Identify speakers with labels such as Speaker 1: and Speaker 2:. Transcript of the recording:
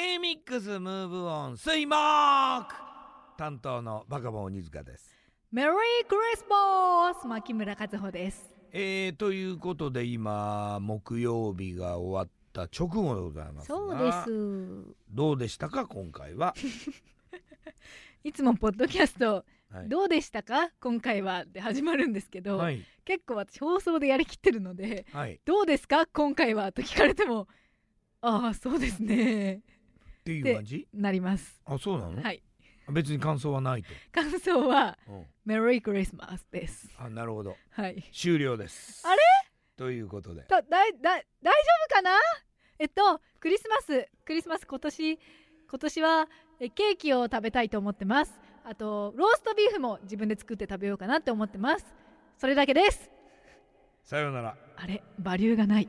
Speaker 1: K-MIX ムーブオン水木担当のバカボン鬼塚です。
Speaker 2: メリークリスマス牧村和穂です。
Speaker 1: えー、ということで今木曜日が終わった直後でございますが
Speaker 2: そうです。
Speaker 1: どうでしたか今回 は、
Speaker 2: いつもポッドキャスト、
Speaker 1: はい
Speaker 2: どうでしたか今回はで始まるんですけど、
Speaker 1: はい
Speaker 2: 結構私放送でやりきってるので、
Speaker 1: はい、
Speaker 2: どうですか今回はと聞かれても、ああそうですね
Speaker 1: っていう感じ
Speaker 2: なります。
Speaker 1: あそうなの、
Speaker 2: はい。
Speaker 1: 別に感想はないと、
Speaker 2: 感想は
Speaker 1: うん
Speaker 2: メリークリスマスです。
Speaker 1: あなるほど
Speaker 2: はい。
Speaker 1: 終了です
Speaker 2: あれ
Speaker 1: ということで
Speaker 2: だだいだ大丈夫かなえっとクリスマスクリスマス今年今年はえケーキを食べたいと思ってますあとローストビーフも自分で作って食べようかなって思ってますそれだけです
Speaker 1: さようなら
Speaker 2: あれバリューがない